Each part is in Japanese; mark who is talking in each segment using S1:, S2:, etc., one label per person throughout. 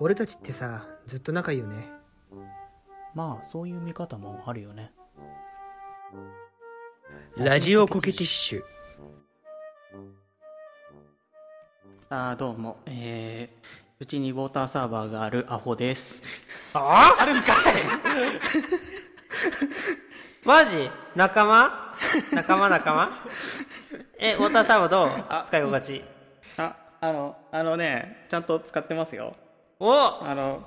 S1: 俺たちってさずっと仲いいよね
S2: まあそういう見方もあるよね
S3: ラジオコケティッシュ
S2: ああどうもえー、うちにウォーターサーバーがあるアホです
S3: ああるんかい
S4: マジ 仲間仲間仲間え、太田さんはどう使い心地。
S2: ああのあのねちゃんと使ってますよ
S4: お
S2: あの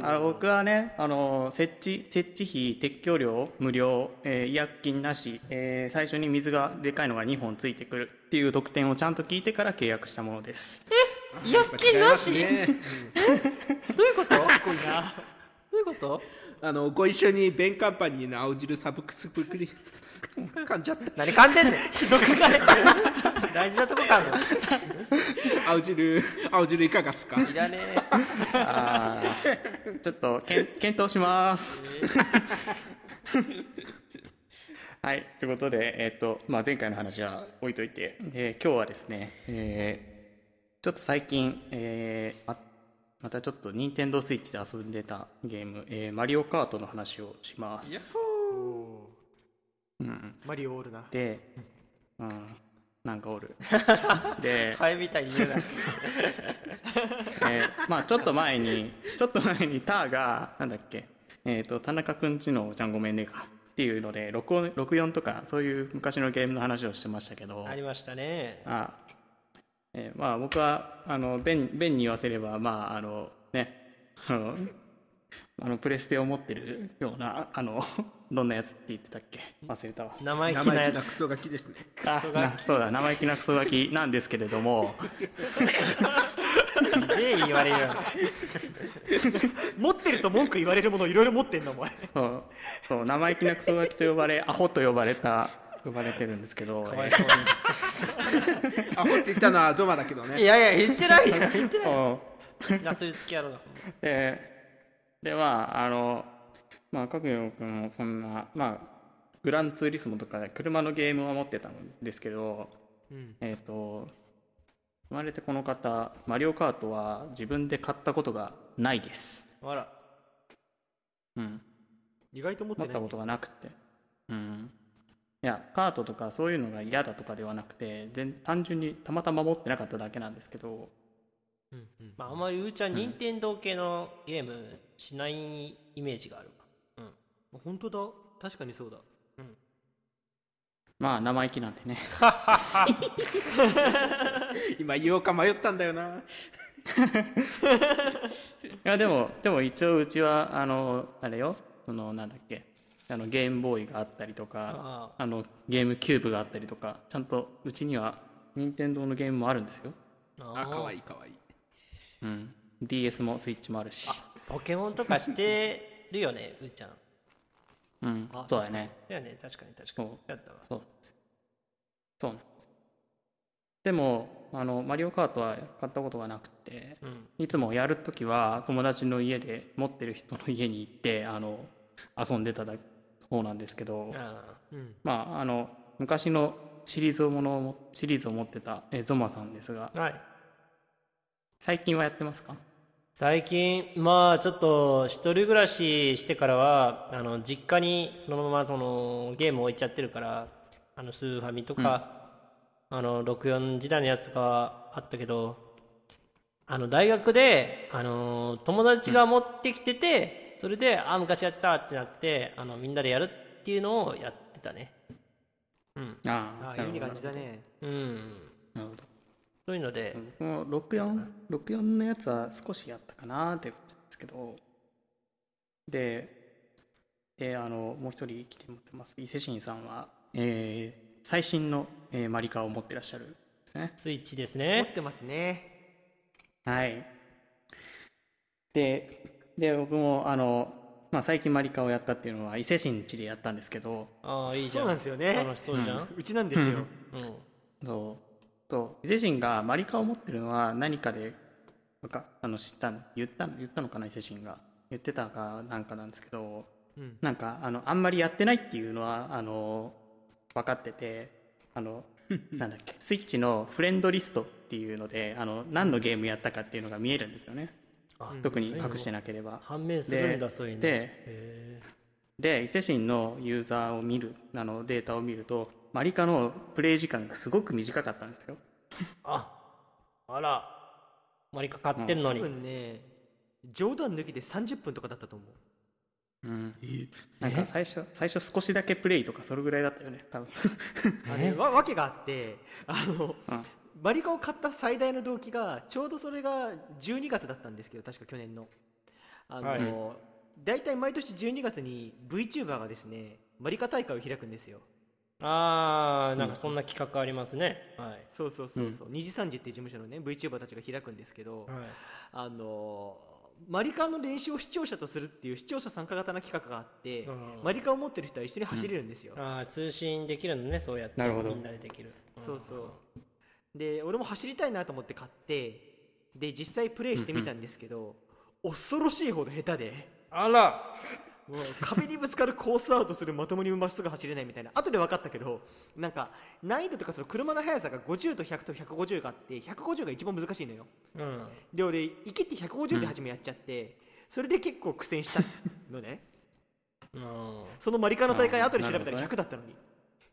S2: あの僕はねあの設置設置費撤去料無料、えー違約金なし、えー最初に水がでかいのが2本ついてくるっていう特典をちゃんと聞いてから契約したものです
S4: いや、記事なし、どういうことどういうこと
S5: あのご一緒にベンカンパニーの青汁サブクスプクリス噛んじゃっ
S4: 何噛んでんねん。 ひどくない大事なとこ噛む。
S5: た青汁青汁いかがっすか
S4: いらねえ。
S2: あーちょっとけん検討します。はいということで、えっとまあ、前回の話は置いといて、えー今日はですね、えーちょっと最近、えーままたちょっと任天堂スイッチで遊んでたゲーム「えーマリオカート」の話をします。うん、
S1: マリオオールな
S2: で、うん、なんかおる。で
S4: ハエみたいに言うな。
S2: えーまあちょっと前にちょっと前にターがなんだっけえっ、と田中くんちのおちゃんごめんねかっていうので録音64とかそういう昔のゲームの話をしてましたけど
S4: ありましたね。
S2: あ、えーまあ僕はあのベンベンに言わせればまああのねあのあのプレステを持ってるようなあのどんなやつって言ってたっけ忘れたわ
S4: 生意気な
S5: 生意
S4: や
S5: 気な
S4: つ。
S5: クソガキですね
S2: あなそうだ生意気なクソガキなんですけれども
S4: ひでえ言われるよ。
S1: 持ってると文句言われるものいろいろ持ってんなお前
S2: そうそう生意気なクソガキと呼ば れアホと呼ばれた呼ばれてるんですけど
S4: かわいそう
S5: アホって言ったのはゾマだけど
S4: に。い
S5: ね
S4: やいや、言ってないよ。言って
S2: え
S4: な
S2: ーうん
S4: い。なすりつきやろうな。
S2: ででまああのまあ角陽君もそんなまあグランツーリスモとかで車のゲームは持ってたんですけど、
S4: うん
S2: えっ、と生まれてこの方マリオカートは自分で買ったことがないです
S4: あら。
S2: うん
S1: 意外と持って
S2: 持っ
S1: な
S2: た
S1: い
S2: ことがなくて、うん、いやカートとかそういうのが嫌だとかではなくて全単純にたまたま持ってなかっただけなんですけど
S4: まあ、あんまりうーちゃん、任天堂系のゲームしないイメージがあるわ。
S1: 本当だ確かにそうだ
S2: まあ生意気なんでね
S5: 今言おうか迷ったんだよない
S2: やでもでも一応うちはあのあれよそのなんだっけあのゲームボーイがあったりとか
S4: あ
S2: あのゲームキューブがあったりとかちゃんとうちには任天堂のゲームもあるんですよ、
S4: あ
S5: あかわい
S4: い。
S5: いかわいい
S2: うん、DS もスイッチもあるし
S4: ポケモンとかしてるよね、うーちゃん。
S2: うん
S4: あ
S2: そうだよね
S4: だよね、確かに確か
S2: そ
S4: に
S2: う。
S4: やったわ。
S2: そうなんですよそうなんですでもあのマリオカートは買ったことがなくて
S4: うん。
S2: いつもやるときは友達の家で持ってる人の家に行ってあの遊んでただ方なんですけど
S4: ああ。
S1: うん
S2: まああの昔のシリーズものをもシリーズを持ってたえゾマさんですが
S4: はい、
S2: 最近はやってますか
S4: 最近まあちょっと一人暮らししてからはあの実家にそのままそのゲーム置いちゃってるからあのスーファミとか、あの64時代のやつとかあったけどあの大学であの友達が持ってきてて、それであ昔やってたってなってあのみんなでやるっていうのをやってたねうん
S2: あ
S1: あ
S2: あ
S1: あ
S2: ないる
S1: い
S2: ほど
S1: 感じだね
S4: うん
S2: なるほど
S4: そういうので、
S2: 僕も64 64のやつは少しやったかなっていうことですけどでであのもう一人来てもらってます伊勢神さんは、えー最新の、えーマリカを持ってらっしゃるんですね
S4: スイッチです
S1: 持っ
S4: ね
S1: てますね
S2: はいでで僕もあの、まあ、最近マリカをやったっていうのは伊勢神地でやったんですけど
S4: ああいいじ
S1: そ
S4: ゃ
S1: うんなんですよね
S4: 楽しそうじゃん、
S1: うちなんですよ
S4: うん
S2: そうと伊勢神がマリカを持ってるのは何かでなんかあの知ったの言ったの言ったのかな伊勢神が言ってたかなんかなんですけど
S1: うん
S2: なんかあのあんまりやってないっていうのはあの分かってて あのなんだっけスイッチのフレンドリストっていうのであの何のゲームやったかっていうのが見えるんですよね
S4: あ
S2: 特に隠してなければ
S4: 判明するんだ
S2: で
S4: そういうの
S2: で
S4: へ
S2: で伊勢神のユーザーを見るあのデータを見るとマリカのプレイ時間がすごく短かったんですよ
S4: ーああらマリカ買ってるの
S1: 多
S4: に、
S1: 分ね冗談抜きで30分とかだったと思う
S2: うんなんか最初最初少しだけプレイとかそれぐらいだったよね多 分
S1: あれわわけがあってあの、
S2: うん
S1: マリカを買った最大の動機がちょうどそれが12月だったんですけど確か去年のあの、
S4: はい
S1: 大体毎年12月に VTuber がですねマリカ大会を開くんですよ
S4: ああなんかそんな企画ありますね、はい
S1: そうそうそうそう、二次三次っていう事務所のね VTuber たちが開くんですけど、
S4: はい、
S1: あのマリカの練習を視聴者とするっていう視聴者参加型の企画があって、
S4: うん
S1: マリカを持ってる人は一緒に走れるんですよ、
S4: ああ通信できるのねそうやって
S2: なるほど
S4: みんなでできる
S1: そうそうで俺も走りたいなと思って買ってで実際プレイしてみたんですけど、恐ろしいほど下手で
S4: あら
S1: もう壁にぶつかるコースアウトするまともにまっすぐ走れないみたいな後で分かったけどなんか難易度とかその車の速さが50と100と150があって150が一番難しいのよ
S4: うん
S1: で俺生きって150で初めやっちゃって、それで結構苦戦したのね
S4: うん
S1: そのマリカの大会
S2: あー
S1: 後で調べ
S2: な
S1: た
S2: る
S1: ら
S2: ほど
S1: 100
S2: ね
S1: だったのに、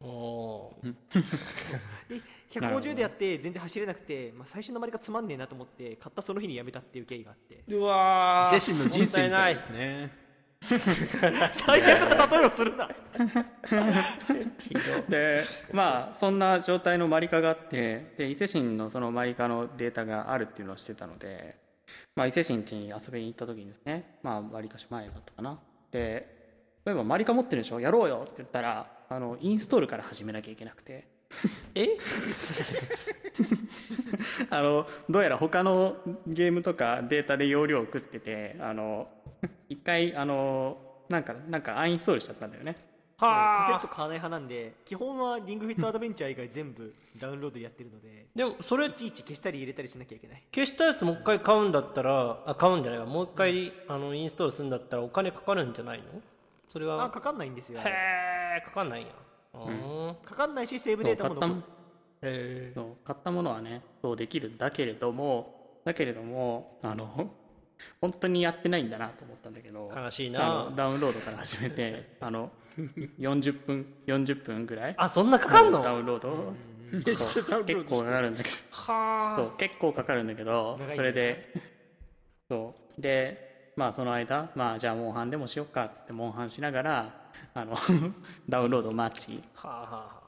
S4: おー
S1: で
S2: なるほど
S1: 150でやって全然走れなくて、まあ、最初のマリカつまんねえなと思って買ったその日にやめたっていう経緯があ って
S4: うわー
S5: 伊勢神の人生みたいで
S4: もっ
S5: すね
S1: 最悪な例えをするな
S2: でまあそんな状態のマリカがあってで伊勢神のそのマリカのデータがあるっていうのをしてたので、まあ、伊勢神家に遊びに行った時にですねまあ割かし前だったかなで例えば「マリカ持ってるでしょやろうよ」って言ったらあのインストールから始めなきゃいけな くてえ あのどうやら他のゲームとかデータで容量を食っててあの一回あのなんかなんかアンインストールしちゃったんだよね
S1: カセッ
S4: は
S1: ト買わない派なんで基本はリングフィットアドベンチャー以外全部ダウンロードやってるので
S4: ーでもそれ
S1: いちいち消したり入れたりしなきゃいけない
S4: 消したやつもう一回買うんだったらあ買うんじゃないわもう一回、あのインストールするんだったらお金かかるんじゃないのそれは
S1: あかかんないんですよ
S4: へえかかんないんやうん、へ
S1: かかんないしセーブデータも残る
S4: え
S2: そう買ったものはねそうできるんだけれどもだけれどもあの本当にやってないんだなと思ったんだけど
S4: 悲しい
S2: あ
S4: な
S2: のダウンロードから始めて あの40分40分ぐらい
S4: あそんなかかんの
S2: ダウンロード
S5: めっちゃダウンロ
S2: 結
S5: ード
S2: 構
S5: し
S2: か
S5: て
S2: かるんだけどそ
S4: は
S2: う結構かかるんだけど
S1: 長いね
S2: それでそうでまあその間まあじゃあモンハンでもしよっかっつってモンハンしながらあの ダウンロード待ち
S4: あはあは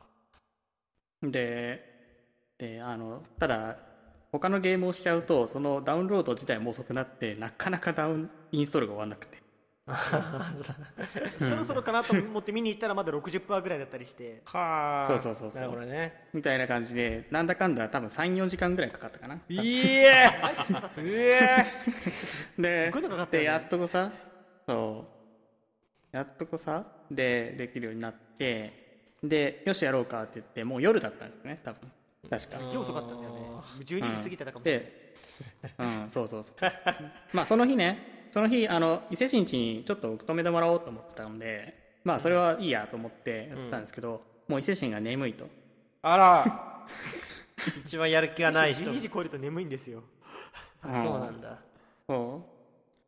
S2: でであのただ他のゲームをしちゃうとそのダウンロード自体も遅くなってなかなかダウンインストールが終わらなくて
S1: そろそろかなと思って見に行ったらまだ60パーぐらいだったりして
S4: あはあ
S2: そうそうそうそう
S4: なるほ どね
S2: みたいな感じでなんだかんだ多分34時間ぐらいかかったかない
S4: えうえ
S2: です
S1: ごいのかかったよ
S2: で
S1: ね
S2: やっとこさそうやっとこさでできるようになってでよしやろうかって言ってもう夜だったんですよね多分確か
S1: 今日遅かったんだよね12時過ぎてたかもしれない
S2: で、うん、そうそう そう。まあその日ね、その日あの伊勢神地にちょっと止めてもらおうと思ってたので、まあそれはいいやと思ってやったんですけど、もう伊勢神が眠いと。
S4: あら 一番やる気がない人
S1: 12時超えると眠いんですよ
S4: あそうなんだ
S2: そ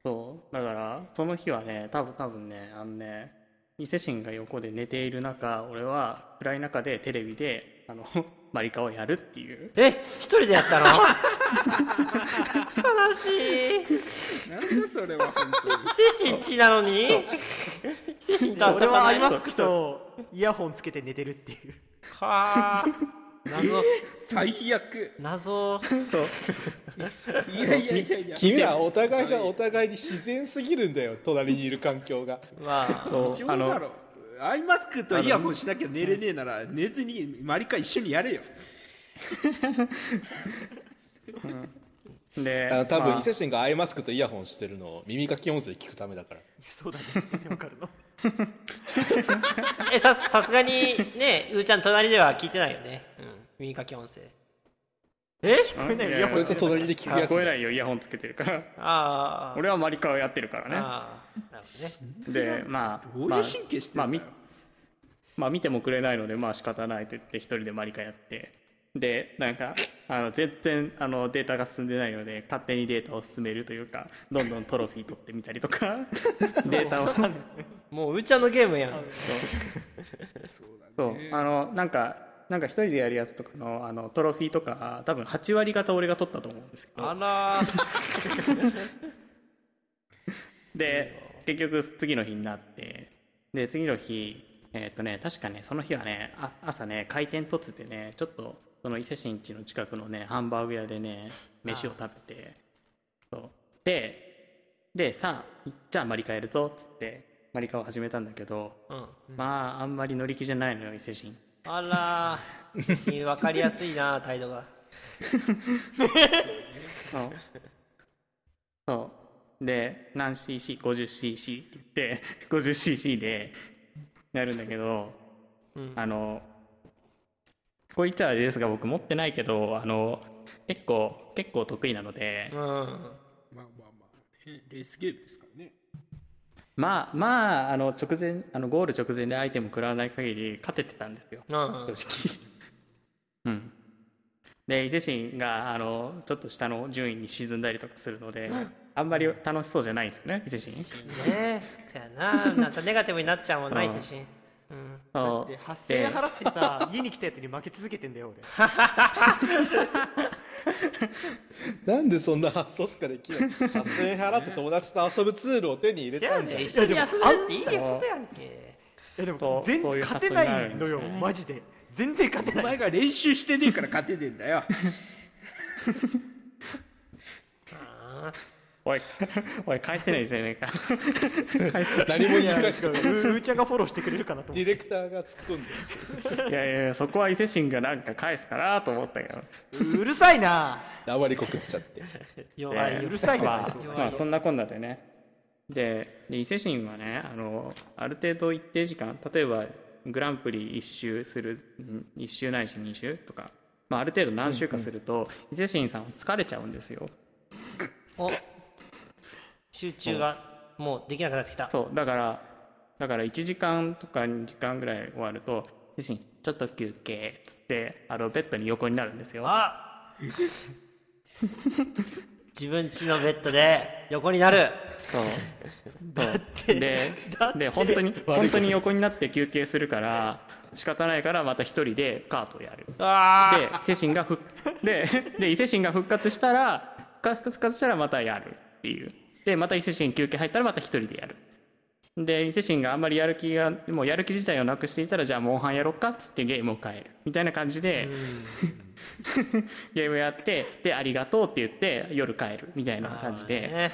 S2: う、そう。だからその日はね、多分多分ね、あのね、伊勢神が横で寝ている中、俺は暗い中でテレビであの マリカをやるっていう。
S4: え一人で やったの悲しい
S5: なんだそれは本当に
S4: 伊勢神地なのに伊勢神と遊
S1: 俺は
S4: ば
S1: ア
S4: な
S1: イ
S4: い
S1: マスクとイヤホンつけて寝てるっていう
S4: はあ謎
S5: 最悪
S4: 謎
S5: いやいやいやいや
S6: 君らお互いがお互いに自然すぎるんだよ隣にいる環境が
S4: まあ
S2: そう
S5: 一緒
S2: あ
S5: だ
S2: の
S5: ろアイマスクとイヤホンしなきゃ寝れねえなら寝ずにマリカ一緒にやれよ
S2: で
S6: あの多
S2: ま
S6: 分
S2: あ
S6: 伊勢神がアイマスクとイヤホンしてるのを耳かき音声聞くためだから
S1: そうだねわかるの
S4: えささすがにねうーちゃん隣では聞いてないよね、うん、耳かき音声え
S1: 聞こえないよ
S2: うん
S1: イヤホ
S6: こ
S1: ン
S6: れと隣で聞くや
S2: 聞
S6: つ
S2: こえないよイヤホンつけてるから。
S4: あー
S2: 俺はマリカをやってるからね
S4: あーなるほどね
S2: でまあ
S5: どういう神経してんだよ
S2: まあまあみまあ見てもくれないのでまあ仕方ないと言って一人でマリカやってでなんかあの全然あのデータが進んでないので勝手にデータを進めるというかどんどんトロフィー取ってみたりと かデータを
S4: もううーちゃんのゲームやん
S2: そうあのなんかなんか一人でやるやつとかのあのトロフィーとか多分8割方俺が取ったと思うんですけど
S4: あらー
S2: で結局次の日になってで次の日えーっとね確かねその日はねあ朝ね開店とつってねちょっとその伊勢神地の近くのねハンバーグ屋でね飯を食べてそうででさあじゃあマリカやるぞっつってマリカを始めたんだけど、
S4: うん
S2: まああんまり乗り気じゃないのよ伊勢神
S4: あらー自信分かりやすいな態度が
S2: そうそうで何 cc50cc って言って 50cc でやるんだけど、あのこう言っちゃあれですが僕持ってないけどあの結構結構得意なので、
S4: うん
S5: まあまあまあ、ね、レースゲームですからね。
S2: まあまああの直前あのゴール直前でアイテム食らわない限り勝ててたんですよ
S4: うんうん
S2: 正直うんで伊勢神があのちょっと下の順位に沈んだりとかするのであんまり楽しそうじゃないんですよね伊勢神
S4: ねそやなまたネガティブになっちゃうもんな
S2: うん
S4: い写真うん
S2: そう
S1: で8000円払ってさ家に来たやつに負け続けてんだよ 俺
S6: なんでそんな発想しかできない8000円払って友達と遊ぶツールを手に入れ
S4: せ
S6: た
S4: や
S6: んじゃん
S4: ね一緒に遊べるっていいことやんけ
S1: いやでも
S2: そう
S1: 全
S2: そう
S1: 然
S2: いう
S1: 勝てないのよ、
S2: 発想になるんですね
S1: マジで全然勝て
S5: お
S1: ない
S5: 前が練習してねえから勝てねえんだよ。
S2: おい おい返せないじゃねえか 返せ
S6: 何も言い返して
S1: う
S6: ない
S1: ーちゃんがフォローしてくれるかなと思
S6: デ
S1: っ
S6: ィレクターが突っ込んで
S2: いやいやいやそこは伊勢神がなんか返すかなと思ったけど
S1: てうるさいな
S6: 黙りこくっちゃって
S4: 弱いよ
S1: うるさいな
S2: まあ、まあそんなこんなでねでで伊勢神はねあのある程度一定時間例えばグランプリ1周する1周ないし2周とか、まあ、ある程度何周かすると、伊勢神さんは疲れちゃうんですよ
S4: お集中がもうできなくなってきた
S2: そうだからだから1時間とか2時間ぐらい終わると伊勢神ちょっと休憩っつってあのベッドに横になるんですよ
S4: あ自分家のベッドで横になる
S2: そう。だってでで本当に本当に横になって休憩するから仕方ないからまた一人でカートをやる。
S4: あ
S2: で 伊勢神が復でで伊勢神が復活したら復活したらまたやるっていう。でまた伊勢神休憩入ったらまた一人でやる。で伊勢神があんまりやる気がもうやる気自体をなくしていたらじゃあモンハンやろっかっつってゲームを変えるみたいな感じで ゲームやってでありがとうって言って夜帰るみたいな感じで。
S4: ね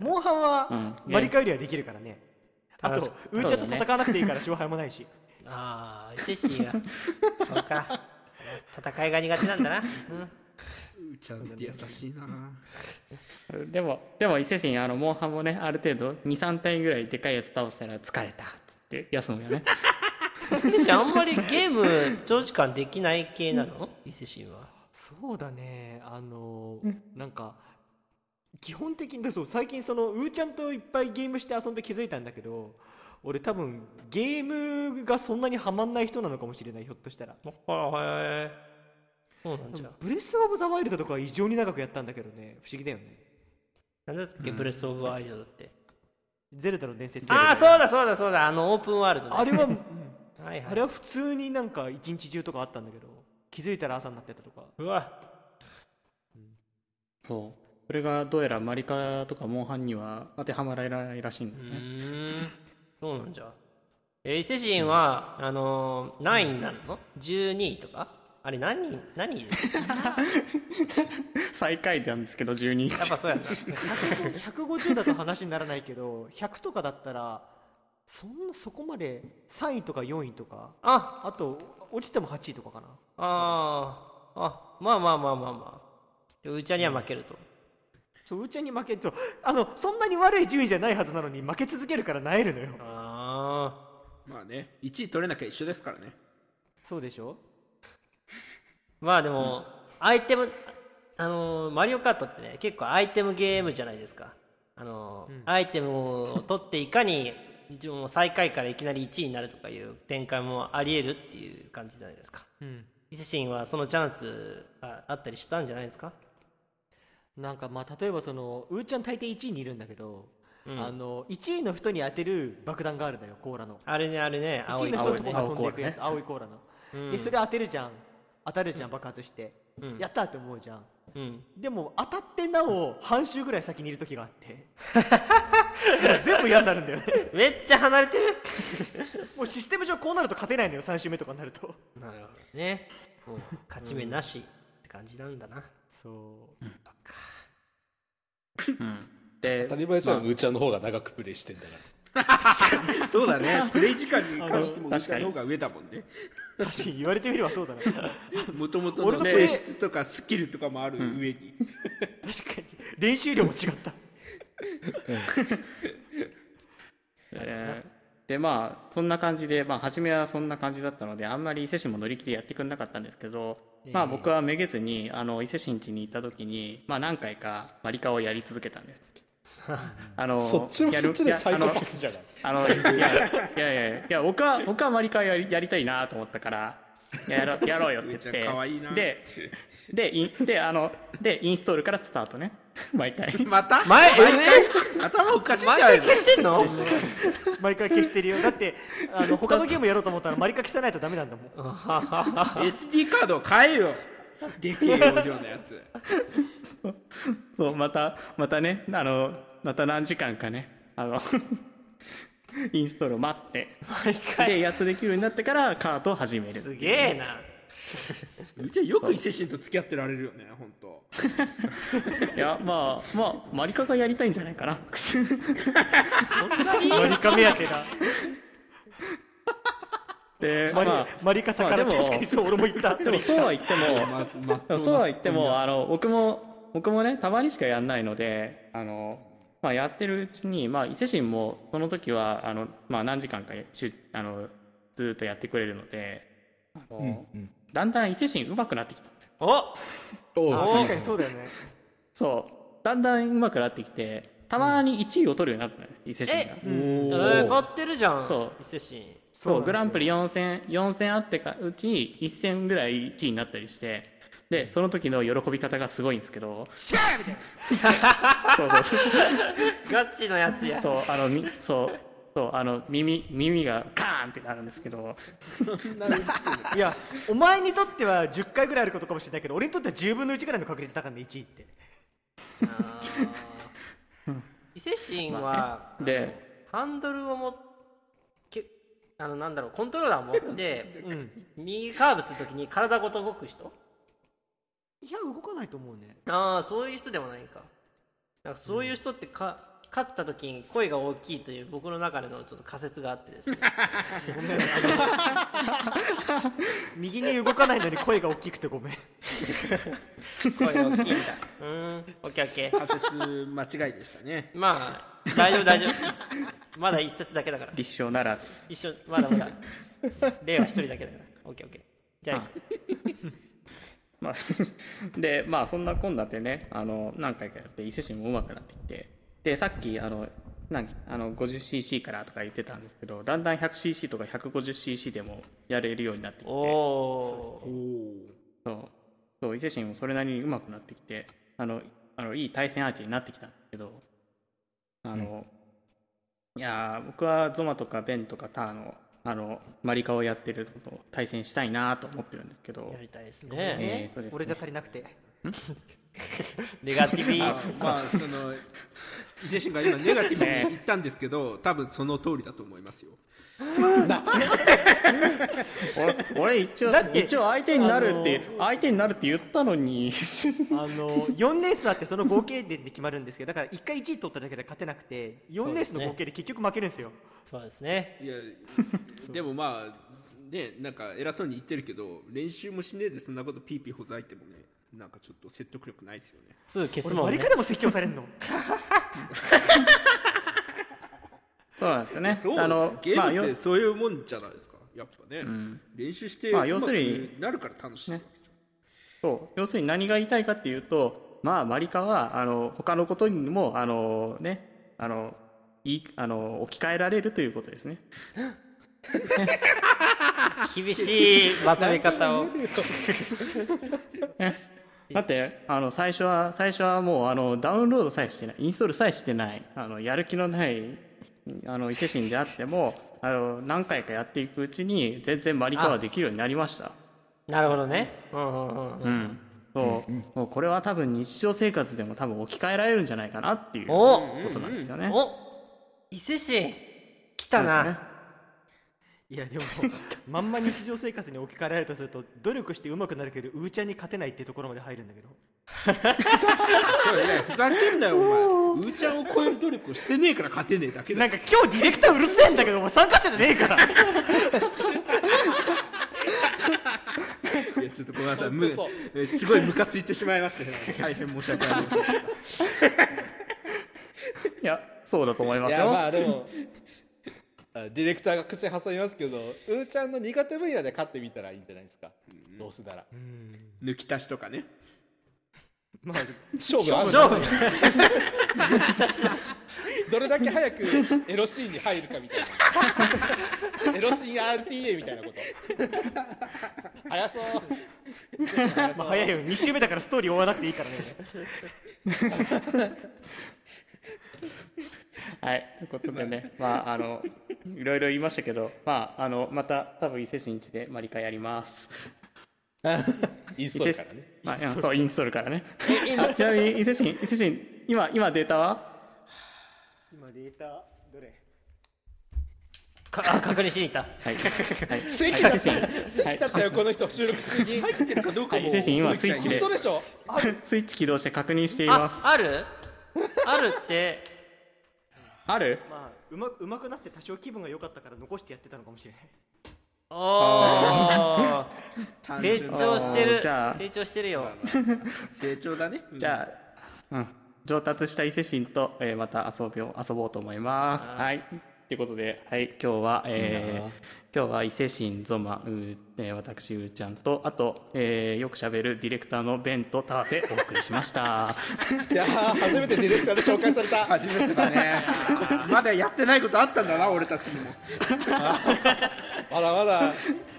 S1: モンハンは
S2: うん
S1: マリカよりはできるからね、あ
S4: 楽し
S1: とうーちゃんと戦わなくていいから勝敗もないし
S4: ああ伊勢神 がそうか戦いが苦手なんだな、うん、
S5: うーちゃんって優しいな。
S2: でもでも伊勢神あのモンハンもねある程度23体ぐらいでかいやつ倒したら疲れたっつって休むよね
S4: 伊勢神あんまりゲーム長時間できない系なの伊勢神は
S1: そうだねあのーなんか基本的にでそう最近そのうーちゃんといっぱいゲームして遊んで気づいたんだけど俺多分ゲームがそんなにハマんない人なのかもしれないひょっとしたら
S4: はいそうなんじゃ
S1: ブレス・オブ・ザ・ワイルドとかは異常に長くやったんだけどね不思議だよね
S4: なんだっけ、ブレス・オブ・ワイルドって
S1: ゼルダの伝説
S4: ああそうだそうだそうだあのオープンワールドね、
S1: あれは
S4: はいはい
S1: あれは普通になんか一日中とかあったんだけど気づいたら朝になってたとか
S4: うわ
S2: そうそれがどうやらマリカとかモンハンには当てはまらないらしいんだよ
S4: う
S2: ね、
S4: ーんそうなんじゃえー伊勢神は、あのー、何位になるの ?12 位とかあれ何人何位ですか
S2: 最下位なんですけど12
S4: や っぱそう やんな
S1: 150だと話にならないけど100とかだったらそんなそこまで3位とか4位とか
S4: あ
S1: あと落ちても8位とかかな
S4: あーあまあまあまあまあまあでうーちゃんには負けると、
S1: そううーちゃんに負けるとあのそんなに悪い順位じゃないはずなのに負け続けるからなえるのよ
S4: ああ
S5: まあね、1位取れなきゃ一緒ですから ね。
S1: そうでしょ
S4: まあでも、アイテムあのーマリオカートってね結構アイテムゲームじゃないですかあのーアイテムを取っていかにじゃあもう最下位からいきなり1位になるとかいう展開もありえるっていう感じじゃないですか
S1: うん、
S4: 伊勢神はそのチャンスがあったりしたんじゃないですか
S1: なんかまあ例えばそのうーちゃん大抵1位にいるんだけど、
S4: うん
S1: あの1位の人に当てる爆弾があるんだよコーラの
S4: あれねあれね青
S1: 1位
S4: い
S1: の人のとこ
S4: ね
S1: が飛んでいくやつ青い,、コーラの、
S4: うん
S1: でそれ当てるじゃん当たるじゃん爆発して、
S4: うん
S1: やったーって思うじゃん
S4: うん
S1: でも当たってなお半周ぐらい先にいる時があってだから 全部嫌になるんだよね
S4: めっちゃ離れてる
S1: もうシステム上こうなると勝てないのよ3周目とかになると
S4: なるほどねもう勝ち目なしって感じなんだな、
S1: そう
S2: で
S6: 当たり前じゃん、
S2: まあ
S6: うーちゃんの方が長くプレイしてんだから
S5: そうだ ねプレイ時間に関しても
S2: 確
S5: 確
S2: か
S5: か
S2: に
S5: の方が上だもんね
S1: 確かに言われてみればそうだな確か
S5: もともと
S1: 俺
S5: の
S1: の
S5: 性
S1: 性
S5: 質とかスキルとかもある上に、
S1: に練習量も違った
S2: えーでまあそんな感じで、まあ、初めはそんな感じだったのであんまり伊勢神も乗り切りやってくれなかったんですけど、まあ、僕はめげずにあの伊勢神地に行った時に、まあ、何回かマリカをやり続けたん です。あの
S6: そっちも
S2: やる
S6: そっちで
S2: や
S6: サイコパスじゃない
S2: あのいやいやいやいや僕は僕はマリカやりやりたいなと思ったからやろやろうよって言っ
S5: め
S2: て
S5: っちゃ可愛いな
S2: ででインであのでインストールからスタートね 毎回
S5: また
S4: 前
S5: 毎回頭おかしいんじゃないの
S4: 消してんの
S1: 毎回消してるよだってあの他のゲームやろうと思ったらマリカ消さないとダメなんだもん
S5: SD カードを買えよでけえ容量のやつ
S2: そうまたまたねあのまた何時間かねあの インストールを待ってでやっとできるようになってからカートを始める
S4: すげえな
S5: うちはよく伊勢神と付き合ってられるよね本当。
S2: いやまあまあマリカがやりたいんじゃないかな
S1: マリカ目当てだ
S2: で
S1: マリ,、
S2: まあ
S1: マリカ宝
S2: まあでも
S1: 確かにそう俺も言った
S2: でもそうは言っても、
S5: ままっと
S2: で
S5: う
S2: も
S5: な
S2: そうは言ってもあの僕も僕もねたまにしかやんないのであの、まあ、やってるうちに、まあ、伊勢神もその時はあの、まあ、何時間かしゅあのずーっとやってくれるのであの、だんだん伊勢神上手くなってきたんですよ
S4: お
S1: あ確かにそうだよね
S2: そうだんだん上手くなってきてたまに1位を取るようになったのよ伊勢神が
S4: え。上がってるじゃん
S2: そう
S4: 伊勢神
S2: そう
S1: なんですよ
S2: グランプリ4戦4戦あってかうち1戦ぐらい1位になったりしてでその時の喜び方がすごいんですけどシャーみたいなそうそうそう
S4: ガチのやつや
S2: そうあのみそうそうあの耳耳がカーンってなるんですけど
S1: いやお前にとっては10回ぐらいあることかもしれないけど俺にとっては10分の1ぐらいの確率だからね1位って
S4: あー伊勢神は、
S2: まあねで
S4: ハンドルを持っけあのなんだろうコントローラー持って
S1: うん
S4: 右カーブするときに体ごと動く人
S1: いや動かないと思うね
S4: ああそういう人でもないかなんかそういう人ってか、勝ったときに声が大きいという僕の中でのちょっと仮説があってですね
S1: 右に動かないのに声が大きくてごめん
S4: 声大きいんだうーんオッケーオッケー
S5: 仮説間違いでしたね
S4: まあ大丈夫大丈夫まだ一節だけだから
S2: 立証ならず
S4: 一緒まだまだ例は一人だけだからオッケーオッケーじゃあ、
S2: まあ でまあそんなこんなでねあの何回かやって伊勢神も上手くなってきてでさっきあのなんあの 50cc からとか言ってたんですけどだんだん 100cc とか 150cc でもやれるようになってきて
S4: おおー
S2: そうそう伊勢神もそれなりに上手くなってきてあのあのいい対戦相手になってきたんだけどあの、いやー僕はゾマとかベンとかターのあのマリカをやってるのと対戦したいなと思ってるんですけど
S4: やりたいですね
S2: えーとですね
S1: 俺じゃ足りなくて
S4: ネガティビ
S5: あまあその伊勢神が今ネガティブに言ったんですけど多分その通りだと思いますよ
S2: 俺俺一応
S1: だって
S2: 一応相手になるって、
S1: あ
S2: 相手になるって言ったのに
S1: あの4レースあってその合計点で決まるんですけどだから1回1位取っただけで勝てなくて4レースの合計で結局負けるんですよ
S4: そうですね
S5: いやでもまあねなんか偉そうに言ってるけど練習もしねえでそんなことピーピーほざいてもねなんかちょっと説得力ないですよね
S4: すぐ消す
S1: 俺
S4: も
S1: マ
S4: ん、
S1: リ
S4: ね
S1: カ、でも説教され んの
S2: そうなんですよね
S5: そう
S2: あの
S5: ゲ
S2: ま
S5: ー
S2: あ
S5: ム
S2: よ
S5: ってそういうもんじゃないですかやっぱね、
S2: ん
S5: 練習して
S2: まあ要するに
S5: うまくなるから楽しい、
S2: ねそう要するに何が言いたいかっていうとまあマリカはあの他のことにもあのねあのいいあの置き換えられるということですね。
S4: 厳しいまとめ方を
S2: だってあの最初は最初はもうあのダウンロードさえしてないインストールさえしてないあのやる気のないあの伊勢神であってもあの何回かやっていくうちに全然マリカはできるようになりました。
S4: なるほどねうんうんうんうん
S2: うん、そう、もうこれは多分日常生活でも多分置き換えられるんじゃないかなっていうこ
S4: お
S2: となんですよね。
S4: お伊勢神来た
S2: そう
S4: な、
S2: ですね
S1: いやでもまんま日常生活に置き換えられるとすると努力してうまくなるけどうーちゃんに勝てないってところまで入るんだけど
S5: そういやふざけんなよお前うーちゃんを超える努力をしてねえから勝てねえだけ だ
S1: なんか今日ディレクターうるせえんだけどお前参加者じゃねえ から
S5: いやちょっとごめんなさいむ
S6: そう
S5: えすごいムカついてしまいましたね大変申し訳ありません
S2: いやそうだと思います
S6: いや
S2: よ。
S6: まあでもあディレクターが口挟みますけどうーちゃんの苦手分野で勝ってみたらいいんじゃないですかどうせなら
S5: 抜き足しとかね
S1: まあ
S6: 勝負ある
S4: 勝負
S6: どれだけ早くエロシーンに入るかみたいなエロシーン RTA みたいなこと早そう早そ
S1: ま
S6: う
S1: あ早いよ2週目だからストーリー追わなくていいからね
S2: はい、ということでね、まああのいろいろ言いましたけど、まああのまた多分伊勢神地でマリカやります。
S6: インストールからね
S2: まあ、いやそうインストールからね。あちなみに伊勢神伊勢神今今データは
S1: 今データどれ
S4: かあ確認 しに行った
S2: はいはい
S6: 席だった
S2: はい
S6: 席立ったよこの人収録中に入ってるかどう
S2: はい伊勢神今スイッチで
S6: 嘘でしょ
S2: スイッチ起動して確認していま
S4: あ
S2: す。
S4: あるあるって
S2: ある？
S1: まあうまうまくなって多少気分が良かったから残してやってたのかもしれない
S4: おー成長して
S2: あー
S4: る
S2: じゃあ
S4: 成長してるよ
S5: 成長だね
S2: じゃあ、うん、上達した伊勢神と、えーまた遊びを遊ぼうと思います。はい。ということで、はい、今日は、えー今日は伊勢神ゾマうー、えー私うーちゃんとあと、えーよくしゃべるディレクターのベンとタワでお送りしました。
S6: いやー初めてディレクターで紹介された
S5: 初めてだねまだやってないことあったんだな俺たちにも
S6: まだまだ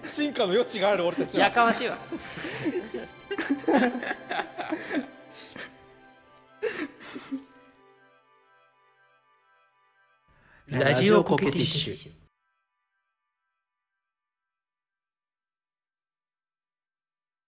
S6: 進化の余地がある俺たち
S4: や
S6: は
S4: かましいわ
S3: ラジオコケティッシュ。